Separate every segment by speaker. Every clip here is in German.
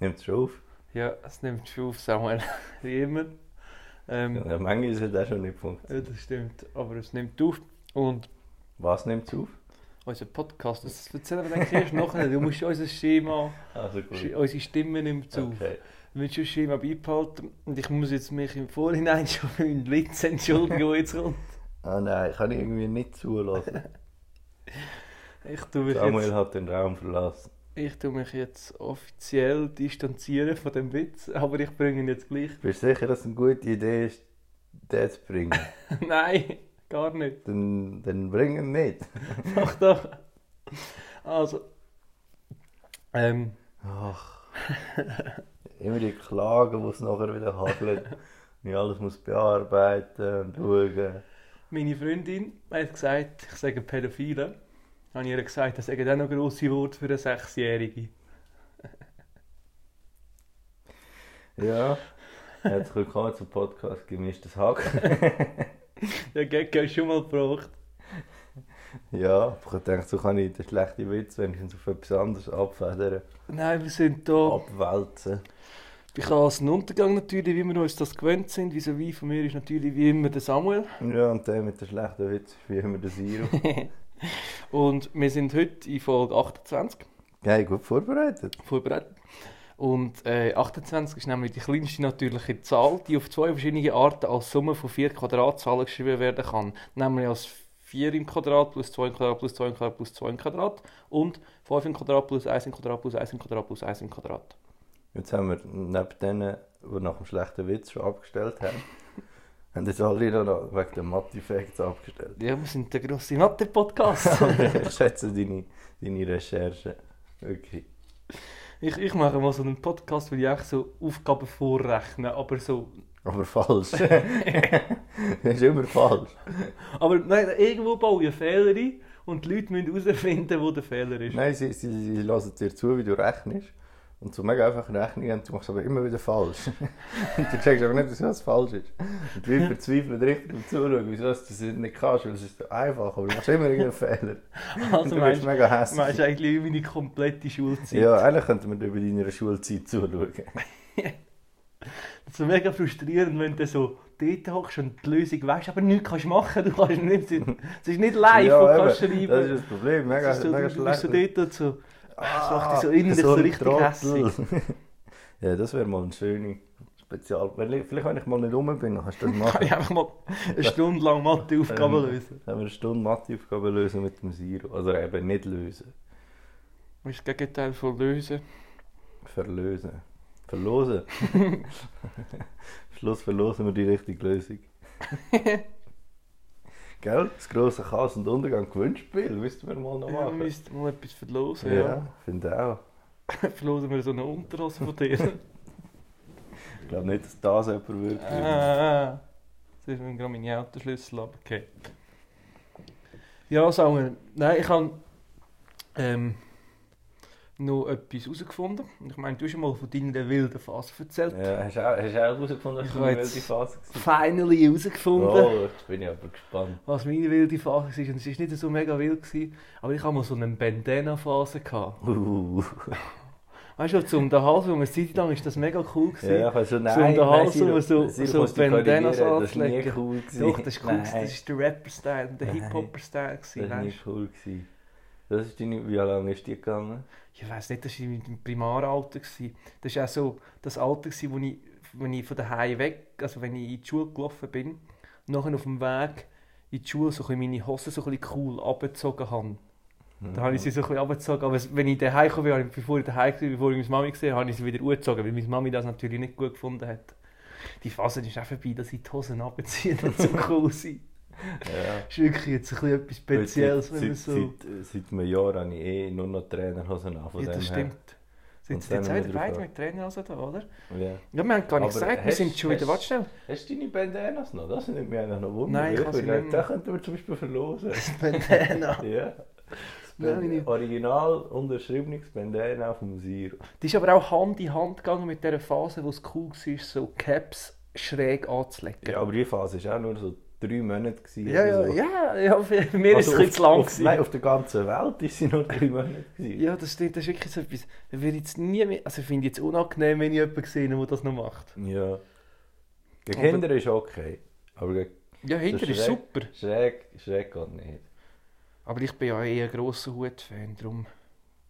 Speaker 1: Nimmt schon auf.
Speaker 2: Ja, es nimmt schon auf, Samuel. Wie immer. Ähm,
Speaker 1: Ja, manchmal ist es halt auch schon nicht funktioniert.
Speaker 2: ja, das stimmt. Aber es nimmt auf. Und
Speaker 1: Was nimmt es auf?
Speaker 2: unser Podcast, das erzählen wir eigentlich erst nachher. Du musst unser Schema,
Speaker 1: Also gut.
Speaker 2: Sch- unsere Stimme nimmt auf.
Speaker 1: Okay.
Speaker 2: Du willst schon das Schema beibehalten. Und ich muss jetzt mich im Vorhinein schon für meinen Witz entschuldigen, der jetzt kommt.
Speaker 1: Ah nein, kann ich irgendwie nicht zulassen.
Speaker 2: Ich tue mich
Speaker 1: Samuel
Speaker 2: jetzt,
Speaker 1: hat den Raum verlassen.
Speaker 2: ich tue mich jetzt offiziell distanzieren von dem Witz, aber ich bringe ihn jetzt gleich.
Speaker 1: Bist du sicher, dass es eine gute Idee ist, den zu bringen?
Speaker 2: Nein, gar nicht.
Speaker 1: dann, dann bring ihn nicht.
Speaker 2: Doch, doch. Also. Ähm,
Speaker 1: Ach. Immer die Klagen, die es nachher wieder hagelt. Und ich alles muss bearbeiten und schauen.
Speaker 2: meine Freundin hat gesagt, ich sage Pädophile. Habe ich ihr gesagt, das sagen auch noch grosse Worte für eine Sechsjährige.
Speaker 1: Ja. Herzlich willkommen zum Podcast Gemischtes Hack.
Speaker 2: Der Gag hast du schon mal gebraucht.
Speaker 1: ja, aber ich denke, so kann ich den schlechten Witz wenigstens auf etwas anderes abfedern,
Speaker 2: Nein, wir sind da.
Speaker 1: abwälzen.
Speaker 2: Ich habe als Untergang natürlich, wie wir uns das gewöhnt sind. Wieso wie von mir ist natürlich wie immer der Samuel.
Speaker 1: Ja, und der mit dem schlechten Witz ist wie immer der Siro.
Speaker 2: Und wir sind heute in Folge 28
Speaker 1: Ja, gut vorbereitet.
Speaker 2: vorbereitet. Und äh, 28 ist nämlich die kleinste natürliche Zahl, die auf zwei verschiedene Arten als Summe von vier Quadratzahlen geschrieben werden kann. Nämlich als 4 im Quadrat plus 2 im Quadrat plus 2 im Quadrat plus 2 im Quadrat und 5 im Quadrat plus 1 im Quadrat plus 1 im Quadrat plus 1 im Quadrat.
Speaker 1: Jetzt haben wir neben denen, die nach dem schlechten Witz schon abgestellt haben, haben jetzt alle noch wegen dem Matt-Effekt abgestellt.
Speaker 2: Ja, wir sind der grosse Mathe-Podcast.
Speaker 1: ich schätze deine, deine Recherche. Wirklich.
Speaker 2: ich, ich mache mal so einen Podcast, wo ich echt so Aufgaben vorrechne, aber so...
Speaker 1: Aber falsch. das ist immer falsch.
Speaker 2: Aber nein, irgendwo baue ich einen Fehler ein und die Leute müssen herausfinden, wo der Fehler ist.
Speaker 1: Nein, sie, sie, sie lassen dir zu, wie du rechnest. Und so mega einfach Rechnung haben, du machst aber immer wieder falsch. und du checkst aber nicht, wieso das falsch ist. Und wir verzweifeln richtig beim Zuschauen, wieso das du das nicht kannst, weil es ist so einfach, aber du machst immer irgendeinen Fehler. Und
Speaker 2: Also
Speaker 1: du bist
Speaker 2: meinst
Speaker 1: mega
Speaker 2: Das meinst
Speaker 1: hässlich.
Speaker 2: du eigentlich wie meine komplette Schulzeit?
Speaker 1: Ja, eigentlich könnten wir dir bei deiner Schulzeit zuschauen.
Speaker 2: Das ist mega frustrierend, wenn du so dort hockst und die Lösung weißt, aber nichts kannst machen. Du kannst nicht, es ist nicht live,
Speaker 1: ja,
Speaker 2: du kannst
Speaker 1: eben,
Speaker 2: schreiben.
Speaker 1: Das ist das Problem, mega,
Speaker 2: Es ist so,
Speaker 1: mega
Speaker 2: du
Speaker 1: schlecht.
Speaker 2: bist so dort und so. Das macht
Speaker 1: Ah,
Speaker 2: dich so innerlich
Speaker 1: so
Speaker 2: so
Speaker 1: ein
Speaker 2: richtig
Speaker 1: Trottel.
Speaker 2: hässlich.
Speaker 1: ja, das wäre mal ein schönes Spezial. Wenn, ich- vielleicht, wenn ich mal nicht rum bin, dann kannst du das
Speaker 2: Kann
Speaker 1: machen.
Speaker 2: ich einfach mal eine Stunde lang Matheaufgaben
Speaker 1: Ähm.
Speaker 2: lösen.
Speaker 1: Dann haben wir eine Stunde Matheaufgabe lösen mit dem Siro. Also eben nicht lösen,
Speaker 2: Das ist das Gegenteil von lösen.
Speaker 1: verlösen. Verlosen. Schluss verlosen wir die richtige Lösung. Gell? Das grosse Chaos- und Untergang-Gewinnspiel, müssten wir mal noch
Speaker 2: Ja, wir
Speaker 1: machen.
Speaker 2: müssten mal etwas verlosen. Ja.
Speaker 1: ja finde ich auch.
Speaker 2: verlosen wir so eine Unterhose von dir.
Speaker 1: Ich glaube nicht, dass das jemand wirklich.
Speaker 2: Ah, jetzt ist mir gerade meine Autoschlüssel abgekippt. Ja, Samuel, nein, ich habe ähm, noch etwas herausgefunden. Ich meine, du hast ja mal von deiner wilden Phase erzählt.
Speaker 1: Ja, hast du auch hast du auch herausgefunden, dass
Speaker 2: Ich
Speaker 1: du
Speaker 2: habe
Speaker 1: eine
Speaker 2: jetzt-
Speaker 1: wilde Phase warst?
Speaker 2: Finally herausgefunden,
Speaker 1: Oh, jetzt bin ich aber gespannt.
Speaker 2: was meine wilde Phase ist. Und es war nicht so mega wild, gewesen, aber ich habe mal so eine Bandana-Phase. gehabt.
Speaker 1: Uh.
Speaker 2: Weißt du, zum den Hals, wo man eine Zeit lang ist das mega cool. Gewesen.
Speaker 1: Ja, ich habe so
Speaker 2: So um
Speaker 1: nein,
Speaker 2: den Hals
Speaker 1: Siro,
Speaker 2: rum, so-
Speaker 1: Siro,
Speaker 2: so
Speaker 1: musst du
Speaker 2: Bandanas
Speaker 1: korrigieren, Das war nie
Speaker 2: anzulegen.
Speaker 1: cool. Gewesen.
Speaker 2: Doch, das war cool, gewesen.
Speaker 1: Nein,
Speaker 2: das war der Rapper-Style, der
Speaker 1: Nein.
Speaker 2: Hip-Hopper-Style.
Speaker 1: das
Speaker 2: gewesen,
Speaker 1: war nie
Speaker 2: weisst
Speaker 1: cool. Gewesen. Das ist deine, wie lange ist die gegangen?
Speaker 2: Ich weiß nicht, das war im Primaralter. gsi. Das war auch so das Alter, gsi, wo ich, wenn ich von daheim weg, also wenn ich in die Schule gelaufen bin, nachher auf dem Weg in die Schule so ein bisschen meine Hosen so ein bisschen cool abgezogen habe. Da habe ich sie so ein bisschen abgezogen, aber es- wenn ich daheim kam, habe ich, bevor ich daheim war, bevor ich meine Mami gesehen habe, habe ich sie wieder angezogen, weil meine Mami das natürlich nicht gut gefunden hat. Die Phase ist auch vorbei, dass ich die Hosen abziehe und so cool sein.
Speaker 1: Ja.
Speaker 2: Das ist wirklich jetzt ein bisschen etwas
Speaker 1: Weil
Speaker 2: Spezielles,
Speaker 1: seit,
Speaker 2: wenn man
Speaker 1: seit,
Speaker 2: so...
Speaker 1: seit, seit einem Jahr habe ich eh nur noch Trainerhosen an. Von
Speaker 2: Ja, das
Speaker 1: dem
Speaker 2: stimmt. Sind
Speaker 1: Und
Speaker 2: sie
Speaker 1: dann
Speaker 2: jetzt
Speaker 1: haben wir
Speaker 2: wieder
Speaker 1: wieder
Speaker 2: beide
Speaker 1: Fragen.
Speaker 2: mit Trainer also da, oder?
Speaker 1: Her. Ja.
Speaker 2: Ja, wir haben gar nicht
Speaker 1: Aber
Speaker 2: gesagt, wir
Speaker 1: hast-
Speaker 2: sind schon wieder.
Speaker 1: hast-
Speaker 2: Warte schnell.
Speaker 1: Hast du deine Bandanas noch? Das nimmt mich eigentlich noch wunder.
Speaker 2: Nein, ich habe sie
Speaker 1: würde-
Speaker 2: nicht mehr.
Speaker 1: Den könnten wir zum Beispiel verlosen.
Speaker 2: Bandana.
Speaker 1: ja. Das
Speaker 2: Nein, ich-
Speaker 1: Original unterschriebenes Bandana vom Siro.
Speaker 2: Die ist aber auch Hand in Hand gegangen mit dieser Phase, wo es cool war, so Caps schräg anzulegen.
Speaker 1: Ja, aber die Phase ist auch nur so drei Monate. Gewesen,
Speaker 2: Ja, ja,
Speaker 1: oder so.
Speaker 2: ja, ja, für mir
Speaker 1: Also
Speaker 2: ist es ein bisschen zu lang.
Speaker 1: auf, auf,
Speaker 2: gewesen.
Speaker 1: Nein, auf der ganzen Welt ist sie nur drei Monate. Gewesen.
Speaker 2: Ja, das stimmt, das ist wirklich so etwas. Ich würde jetzt nie mehr, also ich finde jetzt unangenehm, wenn ich jemanden sehe, der das noch macht.
Speaker 1: Ja. Gegen
Speaker 2: Aber-
Speaker 1: Kinder ist okay. Aber gegen
Speaker 2: Ja, hinter ist
Speaker 1: schräg.
Speaker 2: super.
Speaker 1: Schräg, Schräg geht nicht.
Speaker 2: Aber ich bin ja eher ein grosser Hut-Fan, darum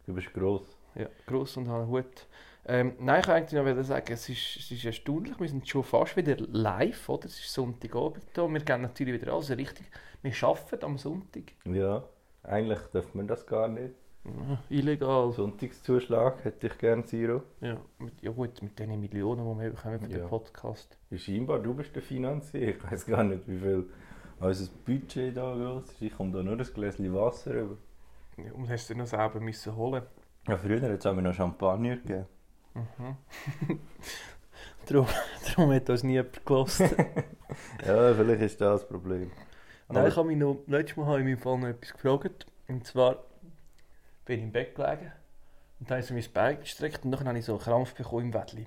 Speaker 1: Du bist gross.
Speaker 2: ja, gross und habe einen Hut. Ähm, nein, ich wollte eigentlich noch wollte sagen, es ist, es ist erstaunlich, wir sind schon fast wieder live, oder? Es ist Sonntagabend hier, wir gehen natürlich wieder alles richtig. Wir arbeiten am Sonntag.
Speaker 1: Ja. Eigentlich darf man das gar nicht.
Speaker 2: Ja, illegal. also.
Speaker 1: Sonntagszuschlag hätte ich gern, Siro.
Speaker 2: Ja, mit, ja gut, mit den Millionen, die wir bekommen für
Speaker 1: Ja.
Speaker 2: den Podcast.
Speaker 1: Ja, scheinbar, du bist der Finanzier. Ich weiß gar nicht, wie viel unser Budget da groß ist. Ich komme da nur ein Gläschen Wasser rüber.
Speaker 2: Ja, und hast du noch selber müssen holen.
Speaker 1: Ja, früher jetzt haben wir noch Champagner gegeben.
Speaker 2: Mhm. darum, darum hat uns nie jemand gehört.
Speaker 1: Ja, vielleicht ist das das Problem.
Speaker 2: Nein,
Speaker 1: Aber-
Speaker 2: ich habe mich noch, letztes Mal habe ich meinem Fall noch etwas gefragt. Und zwar bin ich im Bett gelegen und dann habe ich so mein Bein gestreckt und dann habe ich so einen Krampf bekommen im Wettli.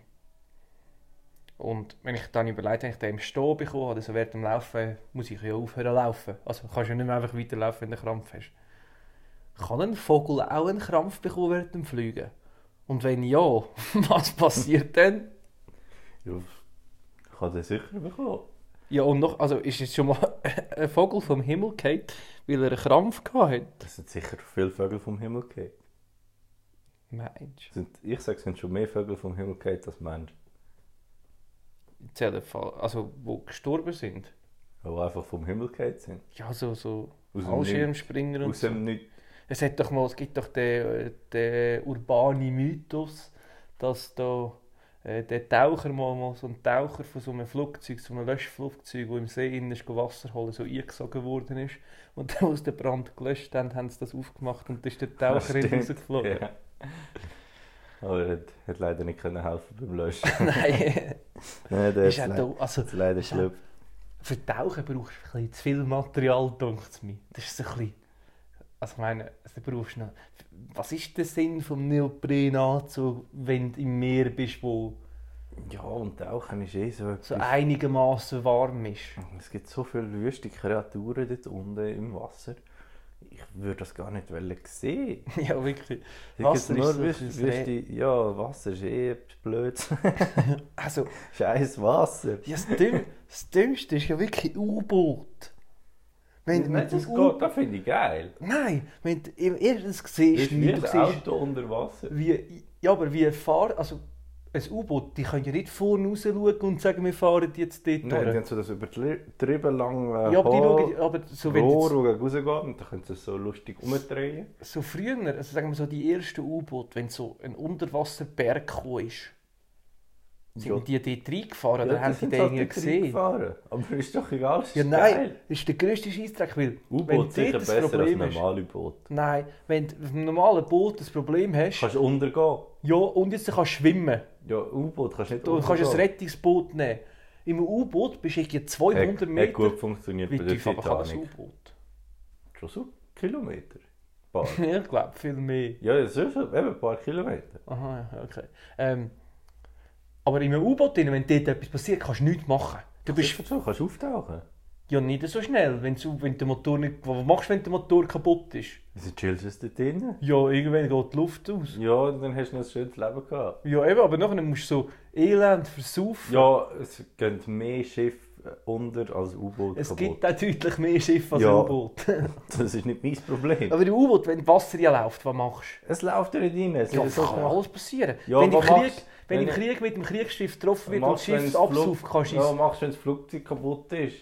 Speaker 2: Und wenn ich dann überlegt habe, ich den im Stehen bekommen habe, also während dem Laufen, muss ich ja aufhören laufen. Also kannst du ja nicht mehr einfach weiterlaufen, wenn du einen Krampf hast. Kann ein Vogel auch einen Krampf bekommen während dem Fliegen? Und wenn ja, was passiert dann?
Speaker 1: Ja, ich kann den sicher bekommen.
Speaker 2: Ja, und noch, also ist jetzt schon mal ein Vogel vom Himmel gefallen, weil er einen Krampf hatte?
Speaker 1: Das sind sicher viele Vögel vom Himmel gefallen.
Speaker 2: Mensch.
Speaker 1: Sind, ich sage, es sind schon mehr Vögel vom Himmel gefallen als Menschen.
Speaker 2: zählen, Fall- also wo gestorben sind.
Speaker 1: Die einfach vom Himmel gefallen sind.
Speaker 2: Ja, so, so
Speaker 1: Aus dem
Speaker 2: Fallschirmspringer und
Speaker 1: Aus
Speaker 2: so.
Speaker 1: dem Nichts.
Speaker 2: Es, hat doch mal, es gibt doch den, äh, den urbanen Mythos, dass da äh, der Taucher mal, mal so ein Taucher von so einem Flugzeug, so einem Löschflugzeug, wo im See innen ist, go Wasser holen, so eingesogen worden ist. Und dann, als der Brand gelöscht haben, haben sie das aufgemacht und dann ist der Taucher
Speaker 1: stimmt.
Speaker 2: hinten rausgeflogen.
Speaker 1: Ja. Aber er hat, hat leider nicht können helfen beim Löschen.
Speaker 2: Nein,
Speaker 1: Nein, der
Speaker 2: ist
Speaker 1: hat
Speaker 2: ja
Speaker 1: le
Speaker 2: da, also
Speaker 1: hat's leider
Speaker 2: ist auch-
Speaker 1: geschlüpft.
Speaker 2: Für Tauchen brauchst du ein bisschen zu viel Material, denkt es mir. Das ist so ein bisschen... Also ich meine, du brauchst noch... Was ist der Sinn vom Neoprenanzug, wenn du im Meer bist, wo
Speaker 1: Ja, und Tauchen ist eh so etwas.
Speaker 2: so einigermaßen warm ist?
Speaker 1: Es gibt so viele wüste Kreaturen dort unten im Wasser. Ich würde das gar nicht wollen sehen.
Speaker 2: ja, wirklich.
Speaker 1: Hier gibt's
Speaker 2: Wasser ist
Speaker 1: nur
Speaker 2: so
Speaker 1: wüste,
Speaker 2: ein
Speaker 1: wüste, Ja, Wasser ist eh etwas blöd.
Speaker 2: Also,
Speaker 1: Scheiß Wasser.
Speaker 2: ja, das, Dümm, das Dümmste ist ja wirklich U-Boot. Wenn, wenn das U
Speaker 1: das finde ich geil.
Speaker 2: Nein, wenn du im- erstens siehst,
Speaker 1: Ist
Speaker 2: du
Speaker 1: wie
Speaker 2: nichts, du
Speaker 1: ein
Speaker 2: siehst
Speaker 1: Auto unter Wasser.
Speaker 2: Wie, ja, aber wie fahren, also ein U-Boot, die können ja nicht vorne raus schauen und sagen, wir fahren jetzt dort
Speaker 1: Nein, die
Speaker 2: durch.
Speaker 1: haben so das übertrieben lange
Speaker 2: Ja, aber die
Speaker 1: äh, Haar,
Speaker 2: schauen, aber so, wenn
Speaker 1: Rohr,
Speaker 2: jetzt,
Speaker 1: wo rausgeht und dann können sie es so lustig umdrehen.
Speaker 2: so früher, also sagen wir so die ersten U-Boote, wenn so ein Unterwasserberg gekommen ist, sind
Speaker 1: Ja.
Speaker 2: die dort reingefahren oder
Speaker 1: die
Speaker 2: haben sie
Speaker 1: sind
Speaker 2: den
Speaker 1: halt
Speaker 2: irgendwie
Speaker 1: dort
Speaker 2: gesehen?
Speaker 1: reingefahren. Aber ist doch egal, es
Speaker 2: Ja,
Speaker 1: ist
Speaker 2: nein,
Speaker 1: geil.
Speaker 2: das ist der grösste Scheissdreck, weil wenn
Speaker 1: U-Boot
Speaker 2: dort
Speaker 1: sicher
Speaker 2: das
Speaker 1: besser als ein
Speaker 2: Problem ist,
Speaker 1: normales Boot.
Speaker 2: nein, wenn du auf einem normalen Boot das Problem hast,
Speaker 1: Kannst du untergehen.
Speaker 2: ja, und jetzt kannst du schwimmen.
Speaker 1: Ja, U-Boot kannst nicht
Speaker 2: Du kannst ein Rettungsboot nehmen. Im U-Boot bist du irgendwie 200
Speaker 1: Hat, hat
Speaker 2: Meter
Speaker 1: gut funktioniert
Speaker 2: Wie
Speaker 1: bei der
Speaker 2: tief aber kann das
Speaker 1: Titanic.
Speaker 2: U-Boot?
Speaker 1: Schon so Kilometer. Ein Paar.
Speaker 2: ich glaube, viel mehr.
Speaker 1: ja, das ist schon, eben ein paar Kilometer.
Speaker 2: Aha, ja, okay. Ähm, aber in einem U-Boot, drin, wenn dort etwas passiert, kannst du nichts machen. Du
Speaker 1: Bist
Speaker 2: bist
Speaker 1: du so, kannst du auftauchen.
Speaker 2: ja nicht so schnell, wenn, du, wenn der Motor nicht... Was machst du, wenn der Motor kaputt ist?
Speaker 1: Wieso chillst du es dort drinnen?
Speaker 2: Ja, irgendwann geht die Luft aus.
Speaker 1: Ja, und dann hast du noch ein schönes Leben gehabt.
Speaker 2: Ja, eben, aber nachher musst du so elend versaufen.
Speaker 1: Ja, es gehen mehr Schiffe unter als U-Boot
Speaker 2: es
Speaker 1: kaputt.
Speaker 2: gibt auch deutlich mehr Schiffe als
Speaker 1: Ja.
Speaker 2: U-Boot.
Speaker 1: Das ist nicht mein Problem.
Speaker 2: aber im U-Boot, wenn Wasser läuft, was machst du?
Speaker 1: Es läuft ja nicht rein. Es
Speaker 2: Ja,
Speaker 1: ist
Speaker 2: das
Speaker 1: so
Speaker 2: kann alles passieren.
Speaker 1: Ja,
Speaker 2: wenn im
Speaker 1: was
Speaker 2: Krieg,
Speaker 1: machst du?
Speaker 2: wenn im
Speaker 1: Wenn-
Speaker 2: Krieg mit dem Kriegsschiff getroffen wird und das
Speaker 1: Machst,
Speaker 2: Schiff
Speaker 1: wenn's
Speaker 2: es absauft, kannst du
Speaker 1: Ja,
Speaker 2: es
Speaker 1: machst, wenn das Flugzeug kaputt ist.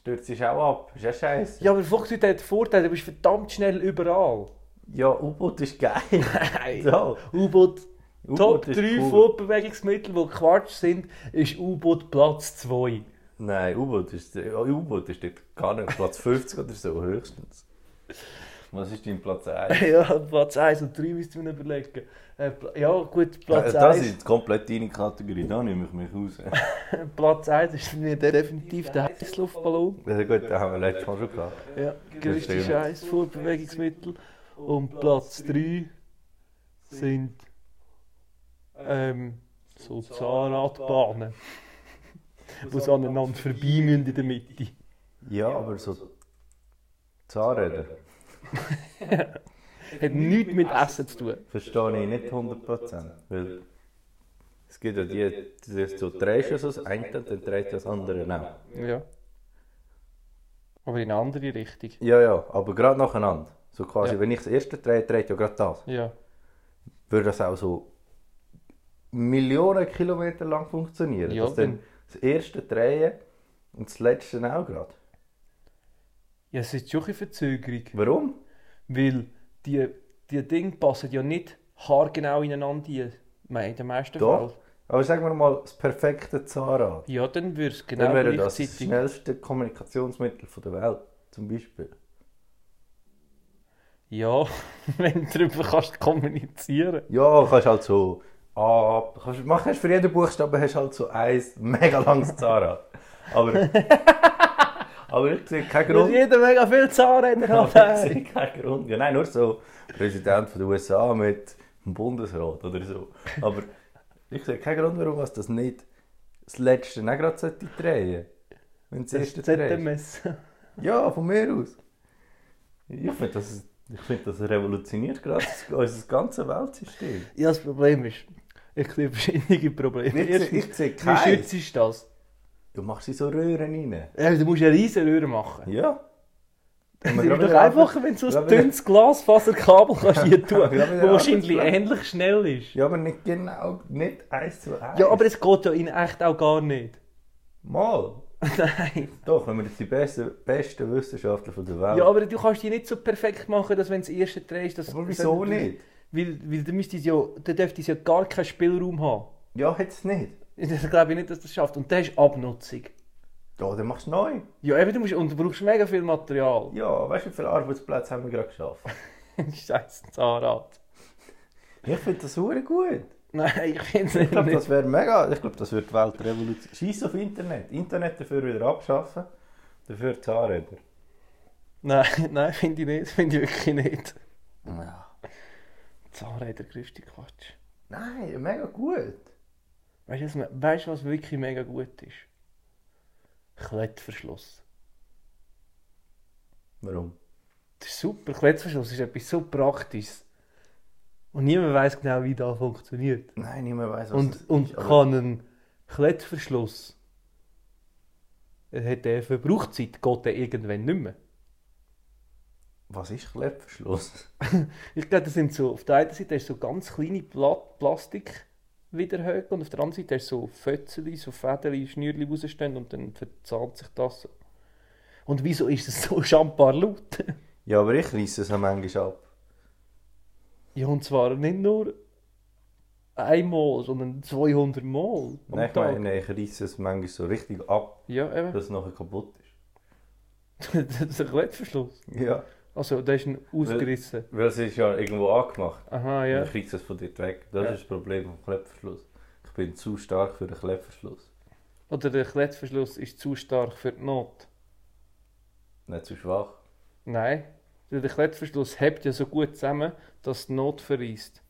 Speaker 1: Stürzt es auch ab. Ist ja scheiße.
Speaker 2: Ja, aber Flugzeug hat den Vorteil, du bist verdammt schnell überall.
Speaker 1: Ja, U-Boot ist geil.
Speaker 2: Nein.
Speaker 1: Ja,
Speaker 2: U-Boot,
Speaker 1: U-Boot
Speaker 2: Top
Speaker 1: ist
Speaker 2: 3
Speaker 1: cool.
Speaker 2: Fortbewegungsmittel, die Quatsch sind, ist U-Boot Platz 2.
Speaker 1: Nein, U-Boot ist, ja, U-Boot ist dort gar nicht Platz 50 oder so, höchstens. Was ist dein Platz 1?
Speaker 2: ja, Platz 1 und 3 müsste man überlegen. Äh, Pla- ja, gut, Platz
Speaker 1: das
Speaker 2: 1
Speaker 1: ist komplett deine Kategorie, da nehme ich mich raus.
Speaker 2: Platz 1 ist mir definitiv der Heißluftballon.
Speaker 1: Also gut, das haben wir letztes Mal schon gehabt.
Speaker 2: Ja, größte
Speaker 1: stimmt.
Speaker 2: Scheiß, Fortbewegungsmittel. Und Platz 3 sind ähm, so Zahnradbahnen, die so aneinander vorbei müssen in der Mitte.
Speaker 1: Ja, aber so Zahnräder
Speaker 2: Hat nichts mit Essen zu tun.
Speaker 1: verstehe ich nicht 100%. Weil es gibt ja die, die so drehst du so das eine und dann drehst du das andere auch.
Speaker 2: Ja. Aber in eine andere Richtung.
Speaker 1: Ja, ja, aber gerade nacheinander. So quasi,
Speaker 2: Ja.
Speaker 1: wenn ich das erste drehe, dreht ja gerade das.
Speaker 2: Ja.
Speaker 1: Würde das auch so Millionen Kilometer lang funktionieren.
Speaker 2: Ja,
Speaker 1: dass dann das erste drehen und das letzte auch gerade.
Speaker 2: Ja, es ist schon eine Verzögerung.
Speaker 1: Warum?
Speaker 2: Weil die, die Dinge passen ja nicht haargenau ineinander ein. Nein, in den meisten
Speaker 1: Doch.
Speaker 2: Fällen.
Speaker 1: Aber sagen wir mal, das perfekte Zahnrad.
Speaker 2: Ja, dann würde es genau
Speaker 1: Dann wäre das das
Speaker 2: gleichzeitig.
Speaker 1: schnellste Kommunikationsmittel von der Welt, zum Beispiel.
Speaker 2: Ja, wenn du darüber kannst kommunizieren.
Speaker 1: Ja, kannst halt so. Ah, kannst, mach, hast für jeden Buchstaben hast halt so ein mega langes Zahnrad. Aber. aber ich sehe keinen
Speaker 2: Dass
Speaker 1: Grund.
Speaker 2: jeder mega viel Zahnräder
Speaker 1: Aber ich
Speaker 2: hat.
Speaker 1: sehe keinen Grund. Ja, nein, nur so Präsident von der USA mit dem Bundesrat oder so. Aber ich sehe keinen Grund, warum was das nicht das letzte nicht gerade sollte drehen. Wenn das,
Speaker 2: Das
Speaker 1: erste
Speaker 2: ist
Speaker 1: dreht.
Speaker 2: ZMS.
Speaker 1: Ja, von mir aus. Ich finde, das, ich find, das revolutioniert gerade das- unser ganzes Weltsystem.
Speaker 2: Ja, das Problem ist, ich sehe verschiedene Probleme.
Speaker 1: Ich sehe, ich sehe
Speaker 2: wie
Speaker 1: keins.
Speaker 2: schützt du das?
Speaker 1: Du machst sie so Röhren rein.
Speaker 2: Ja, du musst eine riesen Röhre machen.
Speaker 1: Ja.
Speaker 2: Es ist doch einfacher, wenn du so ein dünnes Glasfaserkabel kannst hier tun
Speaker 1: Ja,
Speaker 2: kannst,
Speaker 1: wieder
Speaker 2: das wahrscheinlich
Speaker 1: Arbeitsplatz.
Speaker 2: ähnlich schnell ist.
Speaker 1: Ja, aber nicht genau, nicht eins zu eins.
Speaker 2: Ja, aber es geht ja in echt auch gar nicht.
Speaker 1: Mal.
Speaker 2: Nein.
Speaker 1: Doch, wenn wir jetzt die besten, besten Wissenschaftler von der Welt...
Speaker 2: Ja, aber du kannst die nicht so perfekt machen, dass wenn das erste drehst, dass...
Speaker 1: aber wieso
Speaker 2: dass-
Speaker 1: nicht?
Speaker 2: Weil, weil dann müsste es ja, dann dürfte es ja gar keinen Spielraum haben.
Speaker 1: Ja, jetzt nicht.
Speaker 2: Das glaube ich nicht, dass das schafft. Und das ist Abnutzung.
Speaker 1: Ja, dann machst du neu.
Speaker 2: Ja, eben, du musst, und du brauchst mega viel Material.
Speaker 1: Ja, weißt du, wie viele Arbeitsplätze haben wir gerade geschafft?
Speaker 2: Scheiß Zahnrad.
Speaker 1: Ich finde das super gut.
Speaker 2: Nein, ich finde es
Speaker 1: Ich glaube,
Speaker 2: nicht.
Speaker 1: das wäre mega... Ich glaube, das würde die Welt revolutionieren. Scheiß auf Internet. Internet dafür wieder abschaffen. Dafür Zahnräder.
Speaker 2: Nein, nein, finde ich nicht. Finde ich wirklich nicht.
Speaker 1: Ja.
Speaker 2: Zahnräder, größte Quatsch.
Speaker 1: Nein, mega gut.
Speaker 2: Weißt du, was me- weißt du, was wirklich mega gut ist? Klettverschluss.
Speaker 1: Warum?
Speaker 2: Das ist super. Klettverschluss ist etwas so Praktisches. Und niemand weiß genau, wie das funktioniert.
Speaker 1: Nein, niemand weiß, was das
Speaker 2: Und,
Speaker 1: ist,
Speaker 2: und
Speaker 1: aber-
Speaker 2: kann ein Klettverschluss. Er hat eine Verbrauchszeit, geht der irgendwann nicht mehr.
Speaker 1: Was ist Klettverschluss?
Speaker 2: Ich glaube, das sind so, auf der einen Seite ist so ganz kleine Pla Plastik wiederhögen und auf der anderen Seite hast du so Fötzeli, so Fädeli, Schnürli rausstehen und dann verzahnt sich das so. Und wieso ist es so schambar laut?
Speaker 1: Ja, aber ich reiße es auch manchmal ab.
Speaker 2: ja, und zwar nicht nur einmal, sondern 200 Mal am
Speaker 1: Nein, ich
Speaker 2: Tag.
Speaker 1: meine, ich reiße es manchmal so richtig ab,
Speaker 2: Ja, eben.
Speaker 1: dass es nachher kaputt ist.
Speaker 2: das ist ein Klettverschluss.
Speaker 1: Ja.
Speaker 2: Also, der ist ein ausgerissen.
Speaker 1: Weil es ist ja irgendwo angemacht.
Speaker 2: Aha,
Speaker 1: Ja.
Speaker 2: ja.
Speaker 1: Ich reiße es von dort weg. Das
Speaker 2: Ja.
Speaker 1: ist das Problem vom Klettverschluss. Ich bin zu stark für den Klettverschluss.
Speaker 2: Oder der Klettverschluss ist zu stark für die Not.
Speaker 1: Nicht zu schwach.
Speaker 2: Nein, weil der Klettverschluss hebt ja so gut zusammen, dass die Not verreist.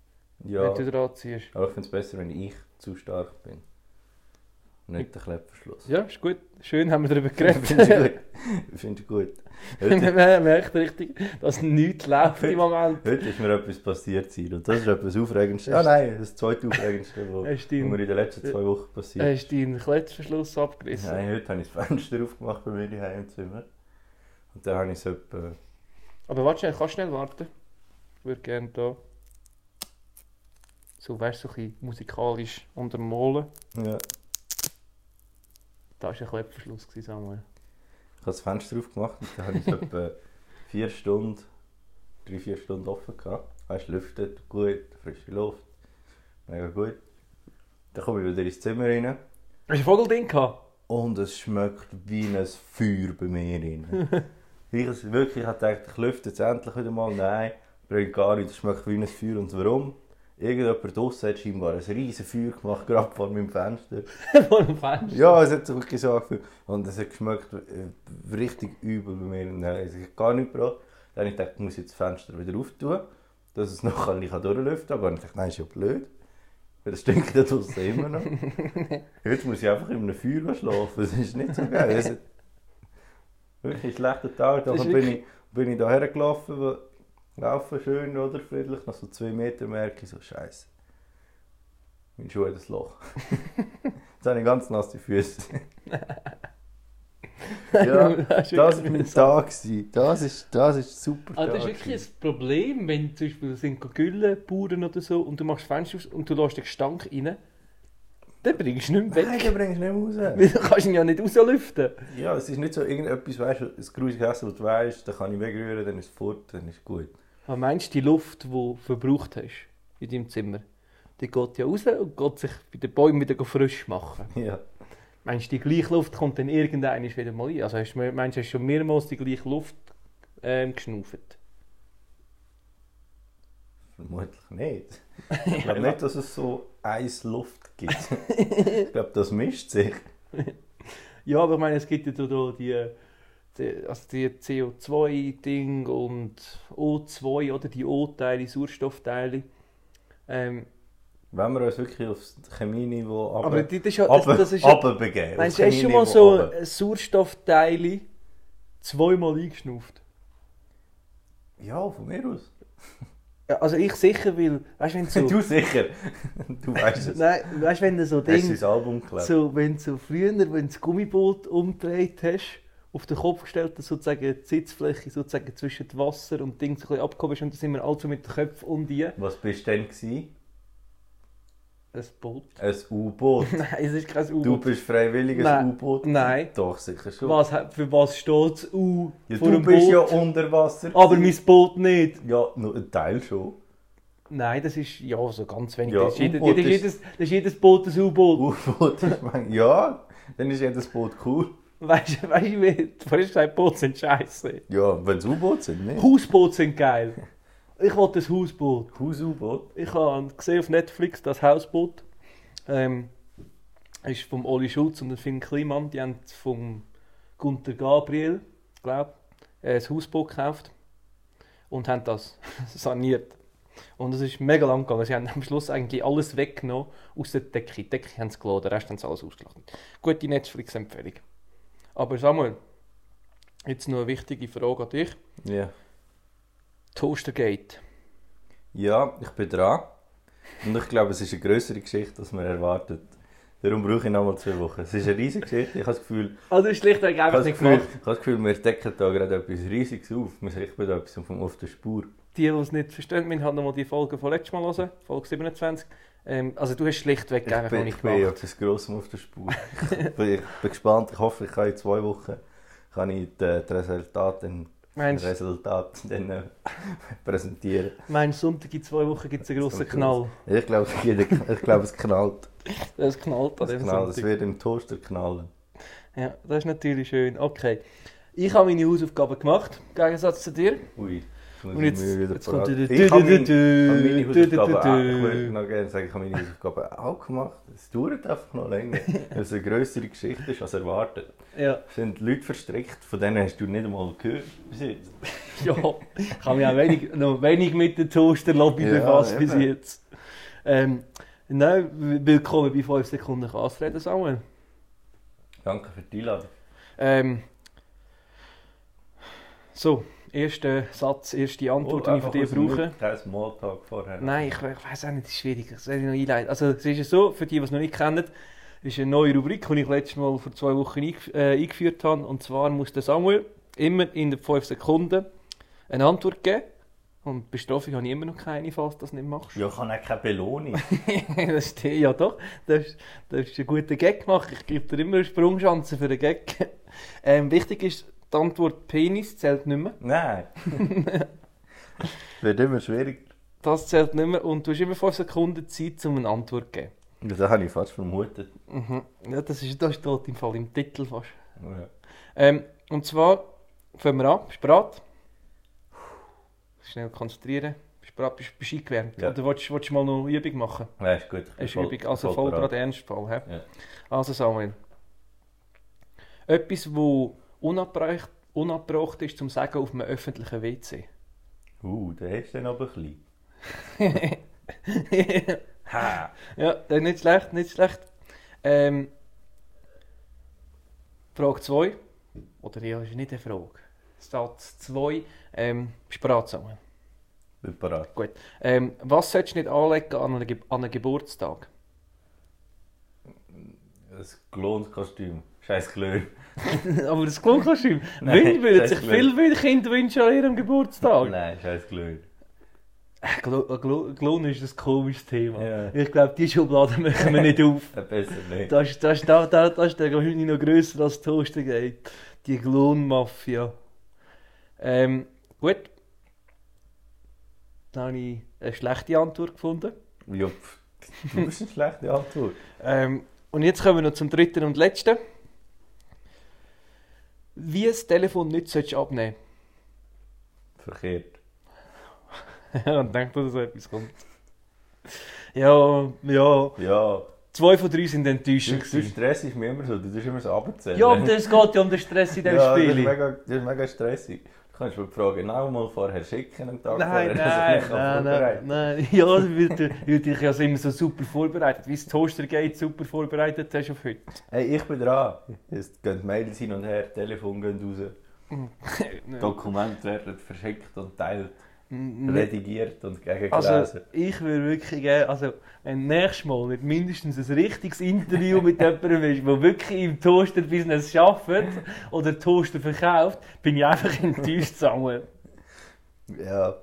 Speaker 1: Ja.
Speaker 2: wenn du dran ziehst.
Speaker 1: Aber ich finde es besser, wenn ich zu stark bin. Nicht der Klettverschluss.
Speaker 2: Ja, ist gut. Schön haben wir darüber
Speaker 1: Finde ich
Speaker 2: geredet.
Speaker 1: gut. Finde ich gut.
Speaker 2: Man
Speaker 1: Heute,
Speaker 2: merkt richtig, dass nichts läuft im Moment.
Speaker 1: heute ist mir etwas passiert sein und das ist etwas Aufregendstes. Ah nein, das zweite Aufregendste, was
Speaker 2: Hast
Speaker 1: mir
Speaker 2: deinen,
Speaker 1: in den letzten zwei Wochen passiert ist.
Speaker 2: hast deinen Klettverschluss abgerissen?
Speaker 1: Nein, heute habe ich das Fenster aufgemacht bei mir daheim im Zimmer. Und dann habe ich so etwa...
Speaker 2: Aber warte schnell, kannst schnell warten. Ich würde gerne da so, weißt du, so ein bisschen musikalisch untermalen.
Speaker 1: Ja.
Speaker 2: Da war ein Klettverschluss, gewesen, Samuel.
Speaker 1: Ich habe das Fenster aufgemacht und dann habe ich so etwa eh, vier Stunden, drei, vier Stunden offen gehabt. Weißt du, lüftet gut, frische Luft, mega gut. Dann komme ich wieder ins Zimmer rein
Speaker 2: Hast du ein Vogelding gehabt?
Speaker 1: und es schmeckt wie ein Feuer bei mir rein. ich es wirklich hatte gedacht, ich lüfte jetzt endlich wieder mal. Nein, bringt gar nichts, es schmeckt wie ein Feuer. Und warum? Irgendjemand draussen hat scheinbar ein riesen Feuer gemacht, gerade vor meinem Fenster.
Speaker 2: Vor dem Fenster?
Speaker 1: Ja, es hat sich wirklich so angefühlt. Und es hat geschmeckt äh, richtig übel bei mir. Nein, es hat gar nichts gebracht. Dann habe ich gedacht, ich muss jetzt das Fenster wieder auftun, dass es noch nicht durchlüften kann. Aber dann habe ich gedacht, nein, ist ja blöd. Weil das stinkt ja draussen immer noch. Heute muss ich einfach in einem Feuer schlafen. Das ist nicht so geil. Es hat- Wirklich schlechter Tag.
Speaker 2: Das
Speaker 1: Dann
Speaker 2: ist
Speaker 1: bin
Speaker 2: wirklich-
Speaker 1: ich, bin ich da hergelaufen, wo- laufen schön, oder? Friedlich, nach so zwei Meter merke ich so, Scheiße. Mein Schuh hat ein Loch. Jetzt habe ich ganz nasse Füße. ja,
Speaker 2: das
Speaker 1: das war
Speaker 2: wirklich
Speaker 1: mein
Speaker 2: mühsam.
Speaker 1: Tag. gewesen. Das ist, das ist super.
Speaker 2: Also Ah, das ist
Speaker 1: Tag
Speaker 2: wirklich ein Problem, wenn zum Beispiel das sind Güllenbauern oder so und du machst Fenster aus und du lässt den Gestank rein, dann bringst du ihn
Speaker 1: gewesen. Nein,
Speaker 2: weg.
Speaker 1: den bringst du nicht mehr raus.
Speaker 2: Weil du kannst ihn ja nicht rauslüften.
Speaker 1: Ja, es ist nicht so irgendetwas, weißt du, ein grusiges Essen, das du weißt, dann kann ich wegrühren, dann ist es fort, dann ist es gut.
Speaker 2: Aber Ah, meinst du, die Luft, die du verbraucht hast in deinem Zimmer, die geht ja raus und geht sich bei den Bäumen wieder frisch machen.
Speaker 1: Ja.
Speaker 2: Meinst du, die gleiche Luft kommt dann irgendwann wieder mal rein? Also hast, du- meinst du, hast du schon mehrmals die gleiche Luft ähm, geschnauft?
Speaker 1: Vermutlich nicht. Ich glaube nicht, dass es so Eisluft gibt. ich glaube, das mischt sich.
Speaker 2: Ja, aber ich meine, es gibt ja da da die, die, also die CO2-Ding und O2, oder die O-Teile, Sauerstoffteile. Ähm,
Speaker 1: Wenn wir uns wirklich aufs Chemieniveau
Speaker 2: aber,
Speaker 1: aber
Speaker 2: die- das ist ja. Das,
Speaker 1: aber
Speaker 2: das ist ja
Speaker 1: abbegeben.
Speaker 2: meinst
Speaker 1: auf
Speaker 2: du, hast du schon
Speaker 1: Chemieniveau
Speaker 2: mal so
Speaker 1: runter.
Speaker 2: ein Sauerstoffteile zweimal eingeschnauft?
Speaker 1: Ja, von mir aus.
Speaker 2: Ja, Also ich sicher, weil, weißt du, wenn du so.
Speaker 1: Du sicher. Du weißt es.
Speaker 2: nein, weißt du, wenn du so
Speaker 1: Hast du
Speaker 2: Ding.
Speaker 1: ins Album geklebt?
Speaker 2: So, wenn du so früher, wenn du das Gummiboot umgedreht hast, auf den Kopf gestellt, dass sozusagen die Sitzfläche sozusagen zwischen dem Wasser und Ding so ein bisschen abgehoben ist und da sind wir allzu mit den Köpfen um die.
Speaker 1: Was bist du denn? Gewesen?
Speaker 2: Ein Boot?
Speaker 1: Ein U-Boot.
Speaker 2: Nein, es ist kein
Speaker 1: Du
Speaker 2: U-Boot.
Speaker 1: bist freiwilliges
Speaker 2: Nein.
Speaker 1: U-Boot.
Speaker 2: Nein.
Speaker 1: Doch, sicher schon.
Speaker 2: Was, hat- für was steht das U
Speaker 1: Ja,
Speaker 2: vor
Speaker 1: du
Speaker 2: dem
Speaker 1: bist
Speaker 2: Boot?
Speaker 1: ja unter Wasser.
Speaker 2: Aber
Speaker 1: gewesen.
Speaker 2: mein Boot nicht.
Speaker 1: Ja, nur ein Teil schon.
Speaker 2: Nein, das ist ja so ganz wenig.
Speaker 1: Ja,
Speaker 2: das, ist jedes,
Speaker 1: U-Boot
Speaker 2: das, ist
Speaker 1: ist-
Speaker 2: jedes, das ist jedes Boot ein U-Boot.
Speaker 1: U-Boot ist mein... Ja, dann ist jedes Boot cool.
Speaker 2: Weißt du, weißt du, wie- du hast gesagt, Boote sind scheiße.
Speaker 1: Ja, wenn es U-Boot sind, ne?
Speaker 2: Hausboote sind geil. Ich will ein Hausboot.
Speaker 1: Haus-U-Boot.
Speaker 2: Ich habe gesehen auf Netflix das Hausboot. Ähm, ist vom Oli Schulz und dem Finn Kliman. Die haben vom Gunter Gabriel, glaube ich, ein Hausboot gekauft und haben das saniert. Und es ist mega lang gegangen. Sie haben am Schluss eigentlich alles weggenommen, aus der Decke. Die Decke haben sie gelassen, den Rest haben sie alles ausgelassen. Gute Netflix-Empfehlung. Aber Samuel, jetzt noch eine wichtige Frage an dich.
Speaker 1: Ja.
Speaker 2: Toastergate.
Speaker 1: Ja, ich bin dran. Und ich glaube, es ist eine größere Geschichte, als man erwartet. Darum brauche ich nochmal zwei Wochen. Es ist eine riesige Geschichte. Ich habe das Gefühl,
Speaker 2: Also schlichtweg
Speaker 1: ich habe
Speaker 2: einfach
Speaker 1: das
Speaker 2: nicht
Speaker 1: Gefühl,
Speaker 2: gemacht.
Speaker 1: ich habe das Gefühl wir decken da gerade etwas Riesiges auf. Wir sind echt bei da etwas auf auf der Spur.
Speaker 2: die, die es nicht verstehen, wir haben nochmal die Folge von letztes Mal hören, Folge 27. Ähm, also du hast schlichtweg
Speaker 1: Ich
Speaker 2: einfach noch
Speaker 1: bin, ich
Speaker 2: nicht
Speaker 1: bin
Speaker 2: gemacht.
Speaker 1: etwas Grossem auf der Spur. ich, bin, ich bin gespannt. Ich hoffe, ich kann in zwei Wochen kann ich die, die Resultate, dann-
Speaker 2: Meinst du,
Speaker 1: Resultate dann, äh, präsentieren.
Speaker 2: meinst, Sonntag in zwei Wochen gibt es einen
Speaker 1: Das
Speaker 2: grossen
Speaker 1: kommt raus.
Speaker 2: Knall.
Speaker 1: Ich glaube, es, gibt- ich glaube, es knallt.
Speaker 2: Das knallt an
Speaker 1: Es,
Speaker 2: diesem
Speaker 1: knallt. es
Speaker 2: Sonntag.
Speaker 1: wird im Toaster knallen.
Speaker 2: Ja, das ist natürlich schön. Okay. Ich habe meine Hausaufgaben gemacht, im Gegensatz zu dir.
Speaker 1: Ui, jetzt muss
Speaker 2: Und
Speaker 1: ich
Speaker 2: jetzt,
Speaker 1: mich wieder
Speaker 2: jetzt kommt
Speaker 1: parat-
Speaker 2: die-
Speaker 1: Ich habe meine- habe meine
Speaker 2: Du- du- du-
Speaker 1: Hausaufgaben auch- Ich würde
Speaker 2: du-
Speaker 1: noch gerne sagen, ich habe meine Hausaufgaben auch gemacht. Es dauert einfach noch länger, weil es eine größere Geschichte ist als erwartet.
Speaker 2: Ja,
Speaker 1: Es sind Leute verstrickt, von denen hast du nicht einmal gehört. Bis jetzt.
Speaker 2: ja. nou, Ich habe mich auch wenig, noch wenig mit der Toasterlobby
Speaker 1: Ja,
Speaker 2: befasst bis
Speaker 1: eben.
Speaker 2: jetzt. Ähm, nein, willkommen bei 5 Sekunden Kassreden, Samuel.
Speaker 1: Danke für die Einladung.
Speaker 2: Ähm, so, erster Satz, erste
Speaker 1: Oh,
Speaker 2: Antwort, die ich von dir brauche.
Speaker 1: Kein Smalltalk vorher.
Speaker 2: Nein, ich, ich weiß auch nicht, es ist schwierig. Das werde ich noch einleiten. Also, es ist ja so, für die, die es noch nicht kennen, ist eine neue Rubrik, die ich letztes Mal vor zwei Wochen eingef äh, eingeführt habe. Und zwar muss der Samuel immer in den 5 Sekunden eine Antwort geben. Und Bestrafung habe ich immer noch keine, falls du das nicht machst.
Speaker 1: Ja, ich habe auch keine Belohnung.
Speaker 2: das ist, ja doch, das ist, das ist ein guter Gag machen. Ich gebe dir immer eine Sprungchance für einen Gag. Ähm, wichtig ist, die Antwort Penis zählt nicht mehr.
Speaker 1: Nein. wird immer schwieriger.
Speaker 2: Das zählt nicht mehr und du hast immer 5 Sekunden Zeit, um eine Antwort zu geben.
Speaker 1: Das habe ich fast vermutet.
Speaker 2: Mhm. Ja, das, ist, das steht im Fall im Titel fast.
Speaker 1: Ja.
Speaker 2: Ähm, und zwar fangen wir an. Bist du bereit? Schnell konzentrieren. Bist du bereit? Bist, bist du eingewärmt?
Speaker 1: Ja.
Speaker 2: Oder willst, willst du mal noch eine Übung machen?
Speaker 1: Ja, ist gut. Ich bin
Speaker 2: Eine
Speaker 1: voll-
Speaker 2: Übung, also voll
Speaker 1: bereit.
Speaker 2: gerade Ernstfall. hä?
Speaker 1: Ja.
Speaker 2: Also Samuel, etwas, wo unabgebracht, unabgebracht ist, zum Sagen auf einem öffentlichen WC.
Speaker 1: Uh, der ist dann aber klein.
Speaker 2: ja,
Speaker 1: Ha!
Speaker 2: eh, Ehm, nicht schlecht, nicht schlecht. Ähm, Frage 2. Oder ja, ist nicht eine Frage. Satz 2, ähm, Sprachzahlen.
Speaker 1: Bin bereit.
Speaker 2: Ähm, was solltest du nicht anlegen an einem, Ge- an einem Geburtstag?
Speaker 1: Ein gelohntes Kostüm. Scheiß Glöhr.
Speaker 2: Aber das Klonkostüm,
Speaker 1: Nein,
Speaker 2: Wünsche würden
Speaker 1: das
Speaker 2: sich
Speaker 1: ist blöd.
Speaker 2: viel mehr Kinder wünschen an ihrem Geburtstag.
Speaker 1: Nein, scheiß Glöhr.
Speaker 2: Äh, Glo- äh, Glo- Klon ist ein komisches Thema.
Speaker 1: Ja.
Speaker 2: Ich glaube, die Schublade machen wir nicht auf.
Speaker 1: Ja, Besser nicht.
Speaker 2: Da ist, da ist, da, da, da ist der Hühner noch grösser als die Toaster geht. Die Klonmafia. Ähm, gut. Da habe ich eine schlechte Antwort gefunden.
Speaker 1: Jupp. Du bist eine schlechte Antwort.
Speaker 2: Ähm, und jetzt kommen wir noch zum dritten und letzten. Wie das Telefon nicht sollst abnehmen
Speaker 1: Verkehrt.
Speaker 2: Dann denkt dass so etwas kommt. Ja, ja.
Speaker 1: Ja.
Speaker 2: Zwei von drei sind enttäuscht.
Speaker 1: Du, du
Speaker 2: gewesen.
Speaker 1: stressst mich immer so. Du tust immer so abzählen.
Speaker 2: Ja, aber es geht ja um den Stress in
Speaker 1: Äh,
Speaker 2: diesem
Speaker 1: ja, Das ist,
Speaker 2: Spiel.
Speaker 1: mega, das ist mega stressig. Du kannst mir die Frage genau mal vorher schicken, am Tag
Speaker 2: Nein,
Speaker 1: vorher,
Speaker 2: nein,
Speaker 1: dass ich mich
Speaker 2: nein, nein,
Speaker 1: vorbereiten
Speaker 2: nein. Ja, weil du dich ja immer so super vorbereitet, wie das Toaster geht, super vorbereitet hast auf heute.
Speaker 1: kann. Hey, ich bin dran. Es gehen die Mails hin und her, Telefon gehen raus, Dokumente werden verschickt und teilt,
Speaker 2: Nicht-
Speaker 1: redigiert und gegengelesen.
Speaker 2: Ne- Also, ich würde wirklich gerne, also, wenn nächstes Mal nicht mindestens ein richtiges Interview mit jemandem ist, der wirklich im Toaster-Business arbeitet oder Toaster verkauft, bin ich einfach enttäuscht, Samuel.
Speaker 1: Ja,